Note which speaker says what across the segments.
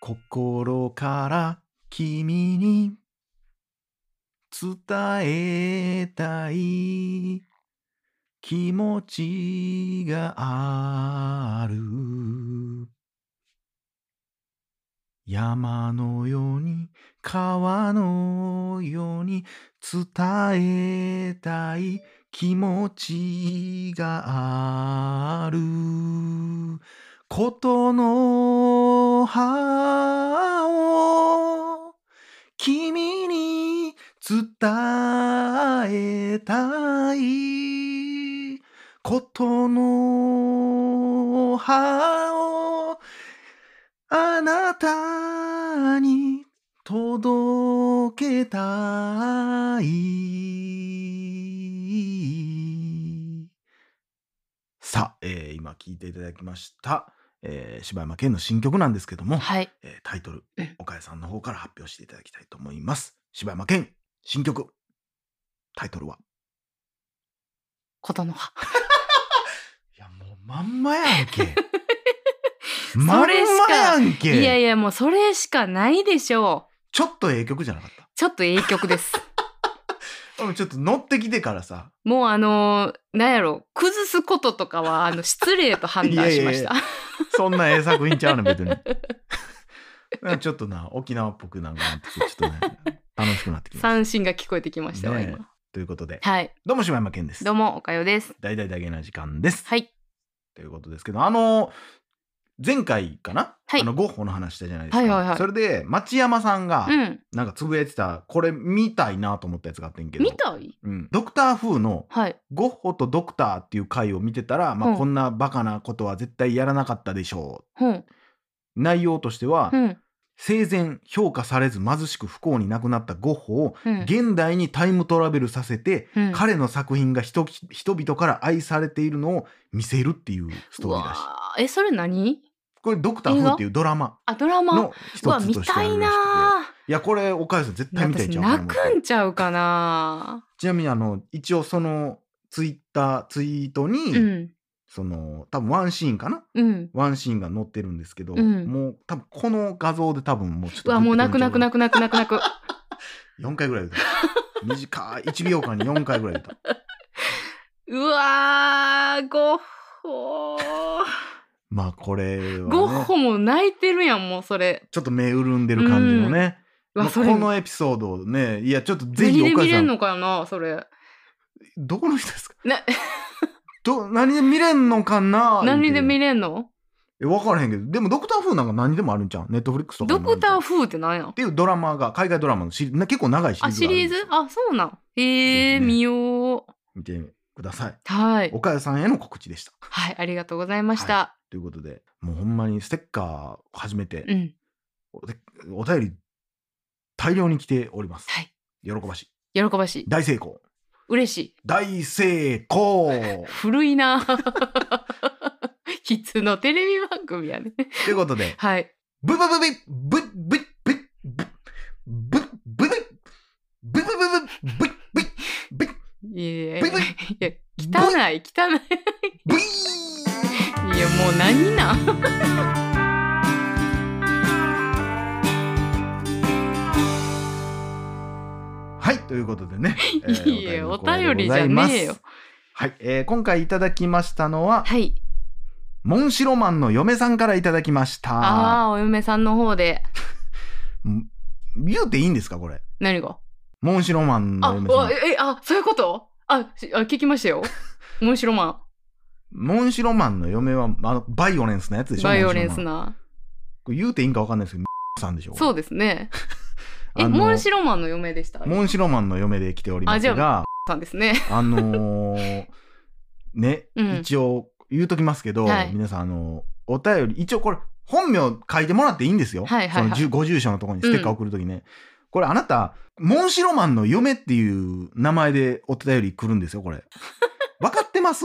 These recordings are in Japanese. Speaker 1: 心から君に伝えたい気持ちがある山のように川のように伝えたい気持ちがあることの葉を君に伝えたいことの葉をあなたに届けたい。さあ、えー今聞いていただきました、えー柴山健の新曲なんですけども、
Speaker 2: はい。
Speaker 1: えータイトル
Speaker 2: うん、
Speaker 1: 岡谷さんの方から発表していただきたいと思います。柴山健、新曲、タイトルは
Speaker 2: ことの葉。
Speaker 1: いや、もうまんまやん け。ま
Speaker 2: そ
Speaker 1: んま
Speaker 2: れしか
Speaker 1: やん
Speaker 2: い
Speaker 1: け。
Speaker 2: やいや、もうそれしかないでしょう。
Speaker 1: ちょっとええ曲じゃなかっ
Speaker 2: ちょっとええ曲 です。
Speaker 1: た。うんちょっと乗ってきてからさ。
Speaker 2: もうあのーなんやろ、崩すこととかは、あの、失礼と判断しました。
Speaker 1: いやいやいそんなええ作品ちゃうねん別に。 なんかちょっとな、沖縄っぽくなんかなってきて、ちょっとね、楽しくなってきました。
Speaker 2: 三振が聞こえてきましたわ、
Speaker 1: ねえ
Speaker 2: 今。
Speaker 1: ということで、
Speaker 2: はい。
Speaker 1: どうも柴山健です
Speaker 2: どう。も、おかよです。
Speaker 1: 大々大げな時間です。
Speaker 2: はい。
Speaker 1: ということですけど、あの、前回かな、
Speaker 2: はい
Speaker 1: あの、ゴッホの話したじゃないですか。
Speaker 2: はいはいはい
Speaker 1: それで、町山さんが
Speaker 2: う、ん。
Speaker 1: なんかつぶやいてた、これ見たいなと思ったやつがあってんけど。
Speaker 2: 見たい
Speaker 1: うん、ドクター風の
Speaker 2: はい。
Speaker 1: ゴッホとドクターっていう回を見てたら、ま
Speaker 2: う
Speaker 1: あ、
Speaker 2: ん
Speaker 1: こんなバカなことは絶対やらなかったでしょ
Speaker 2: うん。
Speaker 1: う。内容としては、
Speaker 2: うん。
Speaker 1: 生前評価されず貧しく不幸に亡くなったゴッホを
Speaker 2: うん。
Speaker 1: 現代にタイムトラベルさせて、
Speaker 2: うん
Speaker 1: 彼の作品が人人々から愛されているのを見せるっていうストーリーだしいう
Speaker 2: わーえ、それ何
Speaker 1: これ「ドクター・フー」っていうドラマ
Speaker 2: あ、ドラマ。
Speaker 1: の一
Speaker 2: うわ、
Speaker 1: つ
Speaker 2: 見
Speaker 1: としてあ
Speaker 2: た
Speaker 1: る
Speaker 2: い
Speaker 1: らしくて
Speaker 2: ない
Speaker 1: やこれ岡谷さん絶対見たい
Speaker 2: 私
Speaker 1: んちゃうかな
Speaker 2: 泣
Speaker 1: 思っ
Speaker 2: く
Speaker 1: て
Speaker 2: んちゃうかな
Speaker 1: ちなみにあの一応そのツイッターツイートに、
Speaker 2: うん
Speaker 1: その多分ワンシーンかな
Speaker 2: うん
Speaker 1: ワンシーンが載ってるんですけど、
Speaker 2: うん
Speaker 1: もう多分この画像で多分もうちょっ
Speaker 2: う
Speaker 1: と
Speaker 2: わもう泣く泣く
Speaker 1: く
Speaker 2: 泣く泣く泣く泣く
Speaker 1: 4回ぐ らい言うた短い1秒間に4回ぐらい言うた
Speaker 2: うわーゴッホー
Speaker 1: まあこれは、ね、
Speaker 2: ゴッホも泣いてるやんもうそれ
Speaker 1: ちょっと目潤んでる感じのね、
Speaker 2: う
Speaker 1: ま
Speaker 2: わ
Speaker 1: あ
Speaker 2: そ
Speaker 1: こ
Speaker 2: れ
Speaker 1: のエピソードをねいやちょっとぜ
Speaker 2: 何
Speaker 1: ひお
Speaker 2: で
Speaker 1: 母
Speaker 2: 見
Speaker 1: さ
Speaker 2: れん
Speaker 1: ん
Speaker 2: のかなそれ
Speaker 1: どこの人ですか
Speaker 2: な
Speaker 1: ど何で見れんのかな
Speaker 2: 何で見
Speaker 1: れ
Speaker 2: れんの
Speaker 1: 分からへんけどでもドクター風なんか何でもあるんちゃうネットフリックスとか
Speaker 2: ド
Speaker 1: にもあるん
Speaker 2: ク
Speaker 1: ちゃ
Speaker 2: タ
Speaker 1: う
Speaker 2: ー風ってなんや
Speaker 1: っていうドラマが海外ドラマのシリな結構長いシリー
Speaker 2: あ
Speaker 1: ズがある
Speaker 2: シ
Speaker 1: ん
Speaker 2: リ
Speaker 1: です
Speaker 2: ーズ
Speaker 1: よ
Speaker 2: あそうなんえ
Speaker 1: ぜ
Speaker 2: ー、
Speaker 1: ひね
Speaker 2: 見よう
Speaker 1: 見てください
Speaker 2: はい
Speaker 1: 岡谷さんへの告知でした
Speaker 2: はいありがとうございました、
Speaker 1: ということでもうほんまにステッカー初めて、
Speaker 2: うん
Speaker 1: おお便り大量に来ております
Speaker 2: はい
Speaker 1: 喜ばしい
Speaker 2: 喜ばしい
Speaker 1: 大成功
Speaker 2: 嬉しい
Speaker 1: 大成 功
Speaker 2: 古いな いつのテレビ番組やね
Speaker 1: ということで
Speaker 2: はい
Speaker 1: ブブブブブブブブブブブブブブブブブブ
Speaker 2: いやいや
Speaker 1: ブイブイ
Speaker 2: いや汚い汚
Speaker 1: ブイ
Speaker 2: いいやもう何なん
Speaker 1: はいということでね、
Speaker 2: いやお便
Speaker 1: のコーナーで
Speaker 2: りじゃねえ
Speaker 1: ございま
Speaker 2: よ
Speaker 1: すはい、えー今回いただきましたのは
Speaker 2: はい
Speaker 1: モンシロマンの嫁さんからいただきました
Speaker 2: ああーお嫁さんの方で
Speaker 1: ん言うていいんですかこれ
Speaker 2: 何が
Speaker 1: モンシロマン
Speaker 2: あ
Speaker 1: の嫁さ
Speaker 2: わ
Speaker 1: ん
Speaker 2: ええあそういうことあしあ聞きました よモンシロマ
Speaker 1: モンシロマンの嫁はあのバイオレンスなやつで
Speaker 2: ン
Speaker 1: しょ
Speaker 2: バイオレン
Speaker 1: モシ
Speaker 2: ス
Speaker 1: ロマン
Speaker 2: な
Speaker 1: これ言うていいんかわかんないですけどさんでしょ
Speaker 2: そうですね
Speaker 1: あ
Speaker 2: え
Speaker 1: の
Speaker 2: モンシロマンの嫁でした
Speaker 1: モンシロマンの嫁で来ております
Speaker 2: あじ
Speaker 1: が、
Speaker 2: さんですね
Speaker 1: あのーね、
Speaker 2: うん
Speaker 1: 一応言うときますけど、
Speaker 2: はい
Speaker 1: 皆さん、あのお便り、一応これ、本名書いてもらっていいんですよ。
Speaker 2: はいはいはい
Speaker 1: その住ご住所のところにステッカー送るときね。これあなた、モンシロマンの嫁っていう名前でお便り来るんですよ、こ れ。分かってます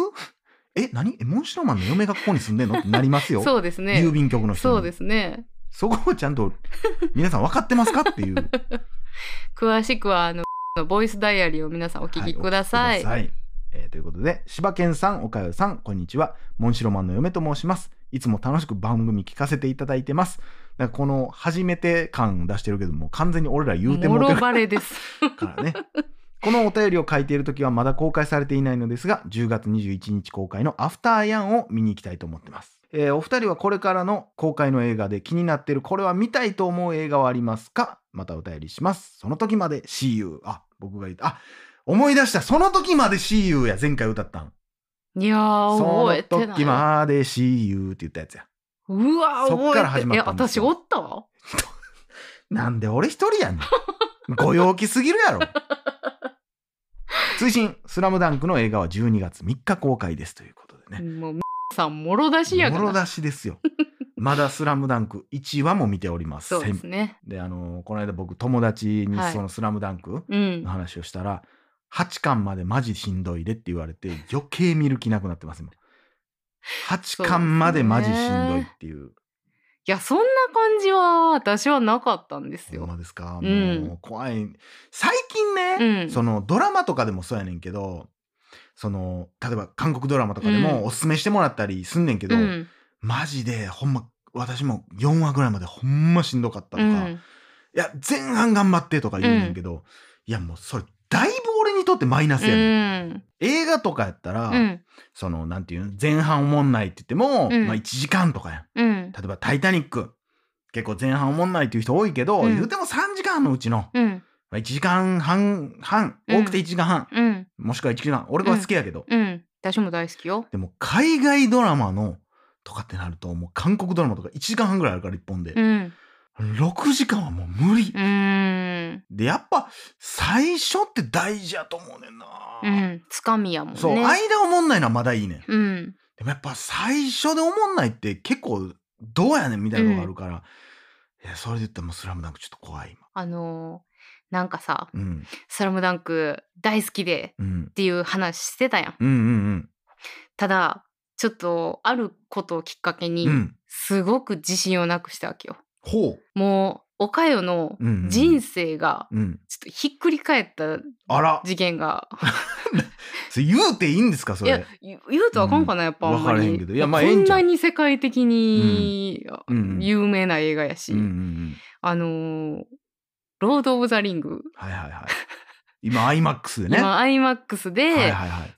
Speaker 1: え、何えモンシロマンの嫁がここに住んでんのってなりますよ。
Speaker 2: そうですね
Speaker 1: 郵便局の人に
Speaker 2: そうですね
Speaker 1: そこをちゃんと、皆さん分かってますかっていう。
Speaker 2: 詳しくはあののボイスダイアリーを皆さんお聞きください、
Speaker 1: はいお聞きくださいえーということで、柴犬さん、岡代さん、こんにちは。モンシロマンの嫁と申します。いつも楽しく番組聞かせていただいてます。なんかこの初めて感出してるけども、完全に俺ら言うても
Speaker 2: も
Speaker 1: うて
Speaker 2: ろ
Speaker 1: る
Speaker 2: バレです。
Speaker 1: からね。このお便りを書いている時はまだ公開されていないのですが、10月21日公開のアフターヤンを見に行きたいと思ってます。えーお二人はこれからの公開の映画で気になっているこれは見たいと思う映画はありますかまたお便りします。その時まで See you. あ、僕が言った。あ、思い出した。その時まで See you や。前回歌ったん。
Speaker 2: いやー、
Speaker 1: そ
Speaker 2: 覚
Speaker 1: の
Speaker 2: えてない。
Speaker 1: 時まで See you って言ったやつや。
Speaker 2: うわー、覚えて
Speaker 1: そっから始まったん
Speaker 2: え、
Speaker 1: です
Speaker 2: 私
Speaker 1: よ
Speaker 2: おったわ。
Speaker 1: なんで俺一人 やねん。ご陽気すぎるやろ。追伸スラムダンクの映画は12月3日公開ですということでね。
Speaker 2: もう、さん、もろ出しやか
Speaker 1: も
Speaker 2: ら。
Speaker 1: ろ出しですよ。まだスラムダンク1話も見ておりませ
Speaker 2: そ
Speaker 1: ん。
Speaker 2: うですね。
Speaker 1: であのーこの間僕友達に
Speaker 2: はい
Speaker 1: そのスラムダンク
Speaker 2: うん
Speaker 1: の。話をしたら、8巻までマジしんどいでって言われて余計見る気なくなってます今。8巻までマジしんどいっていう。
Speaker 2: いや、そんな感じは私はなかったんです
Speaker 1: ほん
Speaker 2: よ。
Speaker 1: まですか、
Speaker 2: うん
Speaker 1: もう怖い最近ね、
Speaker 2: うん
Speaker 1: そのドラマとかでもそうやねんけどその例えば韓国ドラマとかで
Speaker 2: う
Speaker 1: も
Speaker 2: ん
Speaker 1: おすすめしてもらったりすんねんけ
Speaker 2: う
Speaker 1: ど、
Speaker 2: ん。
Speaker 1: マジでほんま私も4話ぐらいまでほんましんどかったと
Speaker 2: う
Speaker 1: か、い
Speaker 2: ん。
Speaker 1: や前半頑張ってとか言うねんけど、いやもうそれだいぶ俺にとってマイナス
Speaker 2: う
Speaker 1: やねん、
Speaker 2: ん。
Speaker 1: 映画とかやったら、
Speaker 2: うん。
Speaker 1: そのなんていうの前半おもんないって言っても、
Speaker 2: うん
Speaker 1: まあ1時間とかやん
Speaker 2: う
Speaker 1: 例
Speaker 2: ん。
Speaker 1: えば「タイタニック」結構前半おもんないっていう人多いけど、
Speaker 2: うん
Speaker 1: 言うても3時間のうちの、
Speaker 2: うん。
Speaker 1: まあ、1時間半半
Speaker 2: うん
Speaker 1: 多くて1時間半、
Speaker 2: うん。
Speaker 1: もしくは1時間俺は好きやけど、
Speaker 2: うん。私も大好きよ。
Speaker 1: でも海外ドラマのとかってなるともう韓国ドラマとか1時間半ぐらいあるから1本で
Speaker 2: う、ん。
Speaker 1: 6時間はもう無理、
Speaker 2: うん。
Speaker 1: でやっぱ最初って大事やと思うねんな、
Speaker 2: うん。つかみやもんね。
Speaker 1: そう、間おもんないのはまだいいねん
Speaker 2: うん。
Speaker 1: でもやっぱ最初でおもんないって結構どうやねんみたいなのがあるから、いやそれで言ったらもう「スラムダンクちょっと怖い今
Speaker 2: あのーなんかさ
Speaker 1: うん
Speaker 2: 「スラムダンク大好きで
Speaker 1: うん
Speaker 2: っていう話してたやん
Speaker 1: うんうん
Speaker 2: ただちょっとあることをきっかけ
Speaker 1: うんう
Speaker 2: に
Speaker 1: ん
Speaker 2: すごく自信をなくしたわけよ
Speaker 1: ほ
Speaker 2: もうおかよの
Speaker 1: う、うんうん、
Speaker 2: 人生が
Speaker 1: うん
Speaker 2: ちょっとひっくり返った
Speaker 1: あら
Speaker 2: 事件が、
Speaker 1: それ言うていいんですかそ
Speaker 2: いや
Speaker 1: れ。
Speaker 2: 言言うとあかんかな、やっぱあんま
Speaker 1: わからへ
Speaker 2: り
Speaker 1: んけどいやまあえ
Speaker 2: こ
Speaker 1: えん
Speaker 2: ん
Speaker 1: ちゃう
Speaker 2: なに世界的に
Speaker 1: うんうんうん
Speaker 2: 有名な映画やし、
Speaker 1: うんうんうん。
Speaker 2: あのーロード・オブ・ザ・リング」
Speaker 1: はいはいはい。今 IMAX でね。は
Speaker 2: 今 IMAX
Speaker 1: い
Speaker 2: で、
Speaker 1: はいはい。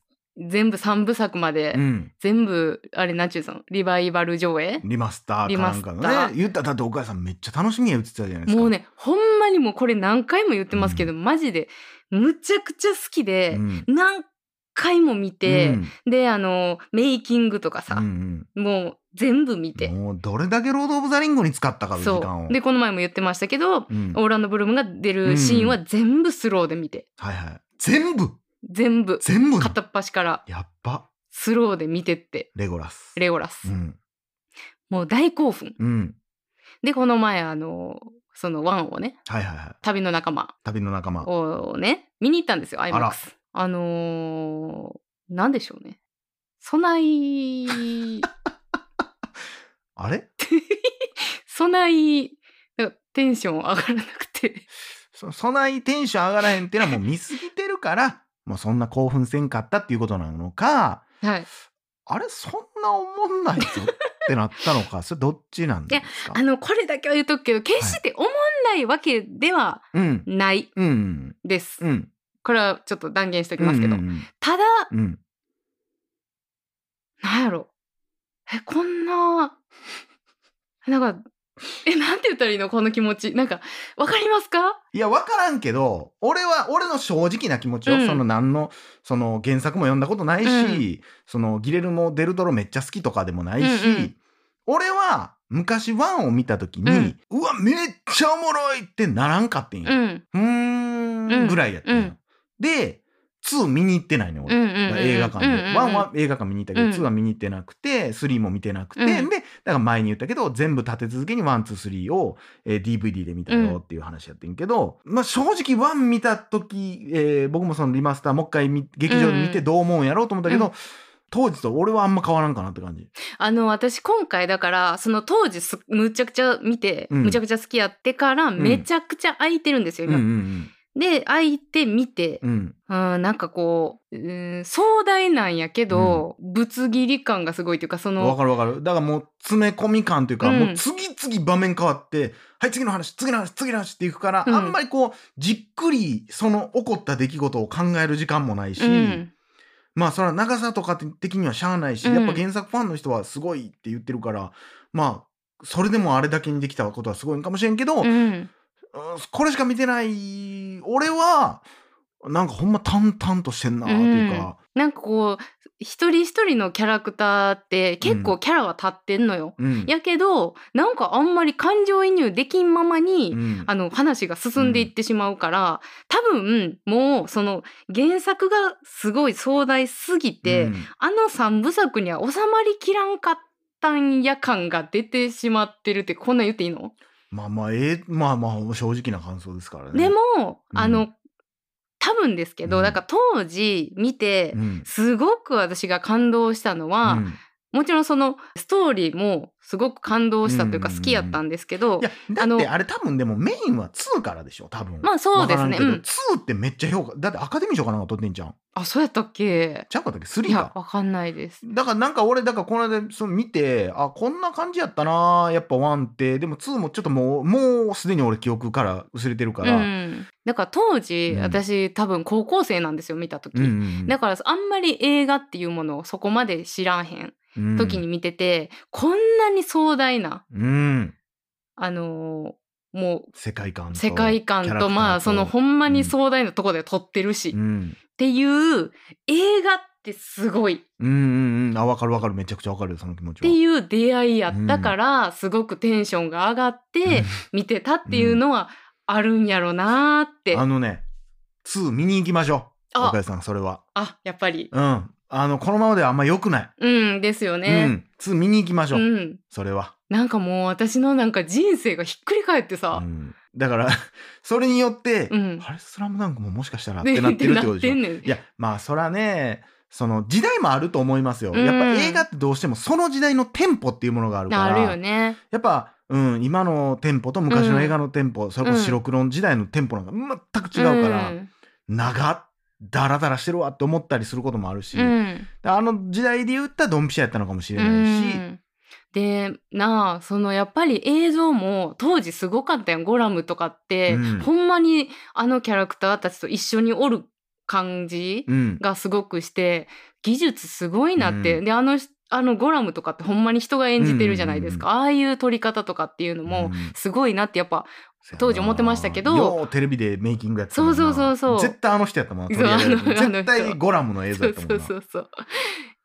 Speaker 2: 全部3部作まで、
Speaker 1: うん。
Speaker 2: 全部あれなんちゅうのリバイバル上映
Speaker 1: リマスターかなんかの
Speaker 2: リマスタ
Speaker 1: ね。
Speaker 2: ー
Speaker 1: 言ったらだってお母さんめっちゃ楽しみに映ってたじゃないですか。
Speaker 2: もう。ねほんまにもうこれ何回も言ってますけど、マジでむちゃくちゃ好き
Speaker 1: う
Speaker 2: で、
Speaker 1: ん。
Speaker 2: 何回も見
Speaker 1: う
Speaker 2: て、
Speaker 1: ん
Speaker 2: であのメイキングとかさ
Speaker 1: う、ん
Speaker 2: もう全部見
Speaker 1: う
Speaker 2: て、
Speaker 1: ん、もうどれだけロード・オブ・ザ・リングに使ったかの時間
Speaker 2: そ
Speaker 1: を。
Speaker 2: うでこの前も言ってましたけど、
Speaker 1: うん、
Speaker 2: オーランド・ブルームが出るシーンは全部スローで見て
Speaker 1: はいはい。全部
Speaker 2: 全部
Speaker 1: 全部の
Speaker 2: 片っ端から
Speaker 1: やっぱ
Speaker 2: スローで見てって
Speaker 1: レゴラス。
Speaker 2: レオラス、
Speaker 1: うん。
Speaker 2: もう大興奮
Speaker 1: うん。
Speaker 2: でこの前あのそのワンをね
Speaker 1: はいはいはい。
Speaker 2: 旅の仲間
Speaker 1: 旅の仲間。
Speaker 2: をね見に行ったんですよ IMAX
Speaker 1: ら
Speaker 2: あのー、なんでしょうね 備え
Speaker 1: あれ
Speaker 2: 備えなんかテンション上がらなくて
Speaker 1: そそないテンション上がらへんっていうのはもう見すぎてるから、もうそんな興奮せんかったっていうことなのか、
Speaker 2: はい
Speaker 1: あれそんな思んないぞってなったのかそれどっちなんですか
Speaker 2: あのこれだけは言っとくけど決して思んないわけでは
Speaker 1: うん
Speaker 2: ない
Speaker 1: うん
Speaker 2: です、
Speaker 1: うん
Speaker 2: これはちょっと断言しておきますけど、
Speaker 1: うんうん
Speaker 2: ただ
Speaker 1: うん
Speaker 2: なんやろえこんな なんかえなんて言ったらいいのこの気持ちなんかわかりますか
Speaker 1: いや分からんけど俺は俺の正直な気持ちを、
Speaker 2: うん
Speaker 1: その何のその原作も読んだことないし、
Speaker 2: うん
Speaker 1: そのギレルモ・デルトロめっちゃ好きとかでもないし、
Speaker 2: うんうん
Speaker 1: 俺は昔ワンを見た時に、うわめっちゃおもろいってならんかってん
Speaker 2: う
Speaker 1: や、
Speaker 2: ん
Speaker 1: うー
Speaker 2: うんん
Speaker 1: ぐらいやったんや、
Speaker 2: うん
Speaker 1: で2見に行ってないね
Speaker 2: う
Speaker 1: 俺、
Speaker 2: んうんうん
Speaker 1: 映画館
Speaker 2: うんうんう
Speaker 1: で。
Speaker 2: ん
Speaker 1: ワンは映画館見に行ったけど、
Speaker 2: うん
Speaker 1: ツーは見に行ってなくて、スリーも見てなくて、
Speaker 2: うん
Speaker 1: で、だから前に言ったけど、全部立て続けにワン、ツー、スリーを、えー DVD で見たよっていう話やってんけど、まあ正直ワン見た時、えー僕もそのリマスターもう一回見劇場で見てどう思うんやろうと思ったけど、
Speaker 2: うん
Speaker 1: 当時と俺はあんま変わらんかなって感じ。
Speaker 2: あの私今回だからその当時すむちゃくちゃ見て、
Speaker 1: うん
Speaker 2: むちゃくちゃ好きやってからめちゃくちゃ空いてるんですよ、
Speaker 1: うんうん
Speaker 2: 今
Speaker 1: うん。
Speaker 2: で開いて見て、
Speaker 1: うん。
Speaker 2: うん、なんかこう、うん、壮大なんやけど、ぶつ切り感がすごいというかそ
Speaker 1: わ
Speaker 2: の
Speaker 1: かるわかる。だからもう詰め込み感というか、
Speaker 2: うん
Speaker 1: もう次々場面変わって、はい、次の話、次の話、次の話っていくから、
Speaker 2: うん
Speaker 1: あんまりこう、じっくりその起こった出来事を考える時間もないし、
Speaker 2: うん
Speaker 1: まあそれは長さとか的にはしゃあないし、
Speaker 2: うん
Speaker 1: やっぱ原作ファンの人はすごいって言ってるから、まあ、それでもあれだけにできたことはすごいんかもしれんけど、
Speaker 2: う
Speaker 1: う
Speaker 2: ん
Speaker 1: んこれしか見てない俺はなんかほんま淡々としてんなっていうか、
Speaker 2: なんかこう一人一人のキャラクターって結構キャラは立ってんのよ。
Speaker 1: うん
Speaker 2: やけどなんかあんまり感情移入できんままに、
Speaker 1: うん
Speaker 2: あの話が進んでいってしまうから、多分もうその原作がすごい壮大すぎて、
Speaker 1: うん
Speaker 2: あの三部作には収まりきらんかったんや感が出てしまってるってこんなん言っていいの、
Speaker 1: まあまあええまあまあ正直な感想ですからね。
Speaker 2: でも、
Speaker 1: うん
Speaker 2: あの多分ですけど、
Speaker 1: うん
Speaker 2: なんか当時見て、
Speaker 1: うん、
Speaker 2: すごく私が感動したのは、
Speaker 1: うん
Speaker 2: もちろんそのストーリーもすごく感動したというか
Speaker 1: うん
Speaker 2: 好きやったんですけど、
Speaker 1: いやだ
Speaker 2: あ
Speaker 1: っ
Speaker 2: の
Speaker 1: てあれ多分でもメインは2からでしょ多分。
Speaker 2: まあそうです
Speaker 1: わ
Speaker 2: ね
Speaker 1: から
Speaker 2: うん
Speaker 1: んけど2ってめっちゃ評価だってアカデミー賞かなんか取ってんじゃん。
Speaker 2: あそうやったっけ
Speaker 1: ちゃうかったっけ3
Speaker 2: いや
Speaker 1: か。
Speaker 2: わかんないです。
Speaker 1: だからなんか俺だからこの間その見てあこんな感じやったなやっぱ1ってでも2もちょっともうもうすでに俺記憶から薄れてるから。
Speaker 2: うん、だから当時、
Speaker 1: うん
Speaker 2: 私多分高校生なんですよ見た時、
Speaker 1: うんうんうん
Speaker 2: だからあんまり映画っていうものをそこまで知らんへん
Speaker 1: うん
Speaker 2: 時に見てて、こんなに壮大な
Speaker 1: うん、
Speaker 2: あのーも
Speaker 1: 世界観
Speaker 2: う
Speaker 1: と
Speaker 2: 世界観
Speaker 1: キャラ
Speaker 2: と
Speaker 1: クター
Speaker 2: まあそのほんま
Speaker 1: う
Speaker 2: に
Speaker 1: ん
Speaker 2: 壮大なとこで撮ってるし、
Speaker 1: う
Speaker 2: っ
Speaker 1: ん
Speaker 2: ていう映画ってすごいっ
Speaker 1: うんうんうんあわかるわかるめちゃくちゃわかるその気持ちは
Speaker 2: ていう出会いやったから、すごくテンションが上がって見てたっていうのはあるんやろなーって、
Speaker 1: あのね2見に行きましょう
Speaker 2: あ
Speaker 1: 岡井さんそれは
Speaker 2: あやっぱり
Speaker 1: うんあのこのままではあんま良くない、
Speaker 2: うんですよね。
Speaker 1: うん2見に行きまし
Speaker 2: う
Speaker 1: ょう、
Speaker 2: ん
Speaker 1: それは、
Speaker 2: なんかもう私のなんか人生がひっくり返って
Speaker 1: う
Speaker 2: さ、
Speaker 1: んだから それによって、
Speaker 2: うん
Speaker 1: あれスラムダンクももしかしたらっ
Speaker 2: で
Speaker 1: てなってるってことでしょ
Speaker 2: んねん
Speaker 1: いやまあそらねその時代もあると思いますよ、
Speaker 2: うん
Speaker 1: やっぱ映画ってどうしてもその時代のテンポっていうものがあるから
Speaker 2: あるよね。
Speaker 1: やっぱ、うん、今のテンポと昔の映画のテンポ、それこそ白黒の時代のテンポなんか全く違うから、
Speaker 2: ん
Speaker 1: 長っダラダラしてるわって思ったりすることもあるし、
Speaker 2: うん
Speaker 1: あの時代で言ったらドンピシャやったのかもしれないし、
Speaker 2: うんでなあそのやっぱり映像も当時すごかったやんゴラムとかって、
Speaker 1: うん
Speaker 2: ほんまにあのキャラクターたちと一緒におる感じ
Speaker 1: うん
Speaker 2: がすごくして技術すごいなって、
Speaker 1: うん
Speaker 2: であのあのゴラムとかってほんまに人が演じてるじゃないですか、ああいう撮り方とかっていうのも
Speaker 1: うん
Speaker 2: すごいなってやっぱ当時思ってましたけど
Speaker 1: ようテレビでメイキングやってたもんな
Speaker 2: そうそうそうそう
Speaker 1: 絶対あの人やったもんな
Speaker 2: そ
Speaker 1: 取り
Speaker 2: う
Speaker 1: 上げられて
Speaker 2: あの
Speaker 1: 絶
Speaker 2: あの
Speaker 1: 対
Speaker 2: 人
Speaker 1: ゴラムの映像
Speaker 2: そ
Speaker 1: やっ
Speaker 2: う
Speaker 1: たもん
Speaker 2: そ
Speaker 1: な
Speaker 2: うそうそう。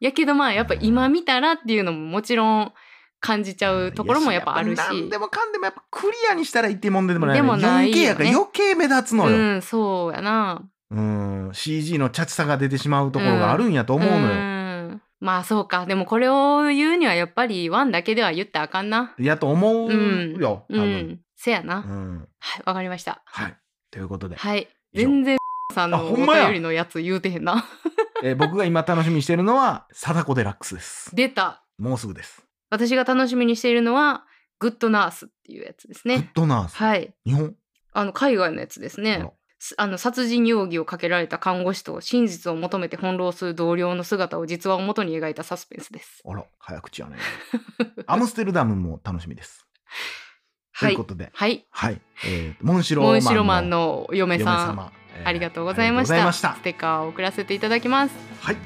Speaker 2: やけどまあやっぱ今見たらっていうのももちろん感じちゃうところもやっぱあるし。
Speaker 1: いや何でもかんでもやっぱクリアにしたらいいってもんでもない,、
Speaker 2: でもないよね
Speaker 1: 4K やから余計目立つのよ、
Speaker 2: うん、そうやな。
Speaker 1: うん、CG のチャチさが出てしまうところがあるんやと思うのよ。
Speaker 2: んまあそうか。でもこれを言うにはやっぱりワンだけでは言ったらあかんな。
Speaker 1: やと思うよ、
Speaker 2: う
Speaker 1: 多分。
Speaker 2: ん。せやな。
Speaker 1: うん
Speaker 2: はい、わかりました。
Speaker 1: はい。ということで、
Speaker 2: はい。
Speaker 1: 以上
Speaker 2: 全然、さん
Speaker 1: あ
Speaker 2: のお
Speaker 1: ほん
Speaker 2: 便
Speaker 1: まや
Speaker 2: りのやつ言うてへんな。
Speaker 1: えー僕が今楽しみにしてるのは、貞子デラックスです。
Speaker 2: 出た。
Speaker 1: もうすぐです。
Speaker 2: 私が楽しみにしているのは、グッドナースっていうやつです
Speaker 1: グッ
Speaker 2: ね。
Speaker 1: ドナース。
Speaker 2: はい。
Speaker 1: 日本
Speaker 2: あの、海外のやつです
Speaker 1: あ
Speaker 2: ね
Speaker 1: ら。
Speaker 2: すあの殺人容疑をかけられた看護師と真実を求めて翻弄する同僚の姿を実話を元に描いたサスペンスです。
Speaker 1: あら、早口やね。アムステルダムも楽しみです。 と
Speaker 2: は
Speaker 1: いう
Speaker 2: い
Speaker 1: こ。とで、
Speaker 2: はい。
Speaker 1: はい。えーモンシロ
Speaker 2: モンシロ
Speaker 1: ー
Speaker 2: マ
Speaker 1: マ
Speaker 2: ン
Speaker 1: ンの
Speaker 2: のお嫁
Speaker 1: 嫁
Speaker 2: さん。
Speaker 1: 様。えー
Speaker 2: ありがとうございまし
Speaker 1: ありが
Speaker 2: た。
Speaker 1: とうご
Speaker 2: ステッカーを送らせていただきます。
Speaker 1: はい、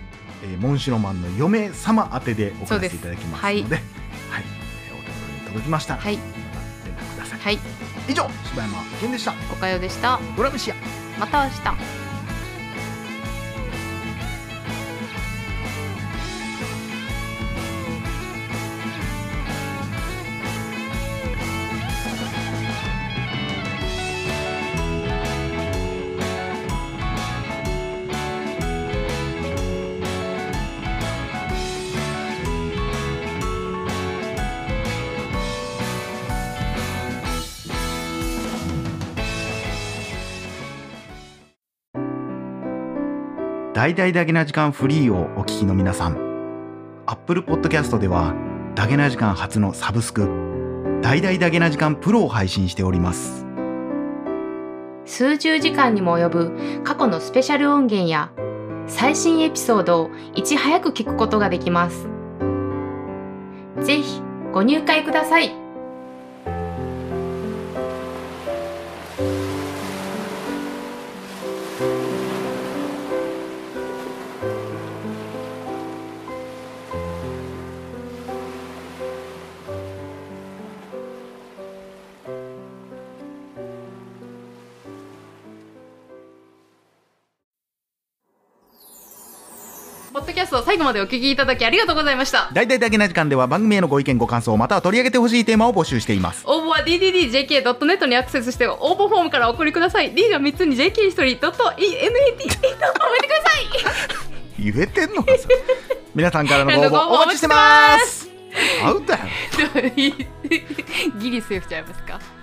Speaker 1: えー、モンシロマンの嫁様宛てで送らせていただきますので、
Speaker 2: そう
Speaker 1: はい、えーお手元に届きましたら、
Speaker 2: はい
Speaker 1: また連絡ください。
Speaker 2: はい。
Speaker 1: 以上、柴山健でした。
Speaker 2: おかよでした。
Speaker 1: ドラムシア。
Speaker 2: また明日。
Speaker 1: 大々だげな時間フリーをお聞きの皆さん Apple Podcast ではだげな時間初のサブスク「大々だげな時間プロ」を配信しております
Speaker 2: 数十時間にも及ぶ過去のスペシャル音源や最新エピソードをいち早く聞くことができます。ぜひご入会ください。ポッドキャストを最後までお聞きいただきありがとうございました。
Speaker 1: 大体だけな時間では番組へのご意見ご感想または取り上げてほしいテーマを募集しています
Speaker 2: 応募は dddjk.net にアクセスして応募フォームからお送りください D が3つに JK1 人 .net と覚えてください
Speaker 1: 言えてんのかさ皆さんからのご応募お待ちしてますアウトやん
Speaker 2: ギリセーフちゃいますか